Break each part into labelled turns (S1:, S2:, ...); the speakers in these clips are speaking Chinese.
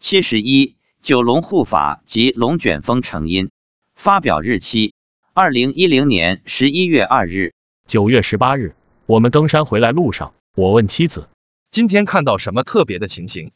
S1: 七十一，九龙护法及龙卷风成因。发表日期：二零一零年十一月二日。
S2: 九月十八日，我们登山回来路上，我问妻子，
S3: 今天看到什么特别的情形？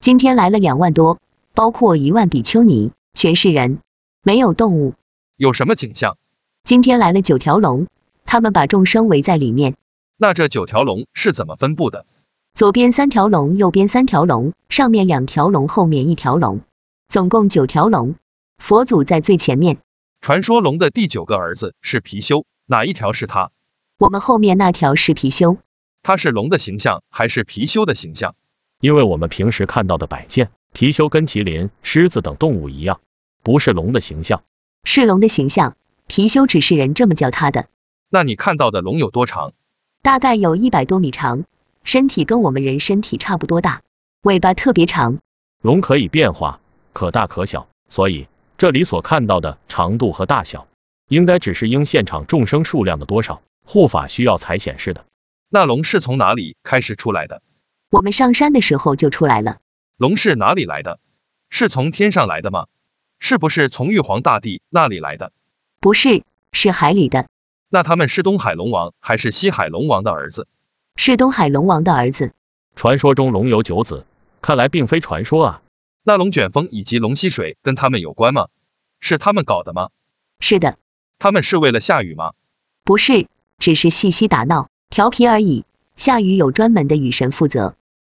S4: 今天来了两万多，包括一万比丘尼，全是人，没有动物。
S3: 有什么景象？
S4: 今天来了九条龙，他们把众生围在里面，
S3: 那这九条龙是怎么分布的？
S4: 左边三条龙，右边三条龙，上面两条龙，后面一条龙，总共九条龙。佛祖在最前面，
S3: 传说龙的第九个儿子是貔貅，哪一条是他？
S4: 我们后面那条是貔貅。
S3: 他是龙的形象还是貔貅的形象？
S2: 因为我们平时看到的摆件、貔貅跟麒麟、狮子等动物一样，不是龙的形象。
S4: 是龙的形象，貔貅只是人这么叫它的，
S3: 那你看到的龙有多长？
S4: 大概有一百多米长，身体跟我们人身体差不多大，尾巴特别长。
S2: 龙可以变化，可大可小，所以这里所看到的长度和大小，应该只是应现场众生数量的多少，护法需要才显示的。
S3: 那龙是从哪里开始出来的？
S4: 我们上山的时候就出来了，
S3: 龙是哪里来的？是从天上来的吗？是不是从玉皇大帝那里来的？
S4: 不是，是海里的，
S3: 那他们是东海龙王还是西海龙王的儿子？
S4: 是东海龙王的儿子。
S2: 传说中龙有九子，看来并非传说啊。
S3: 那龙卷风以及龙吸水跟他们有关吗？是他们搞的吗？
S4: 是的，
S3: 他们是为了下雨吗？
S4: 不是，只是嬉戏打闹、调皮而已。下雨有专门的雨神负责，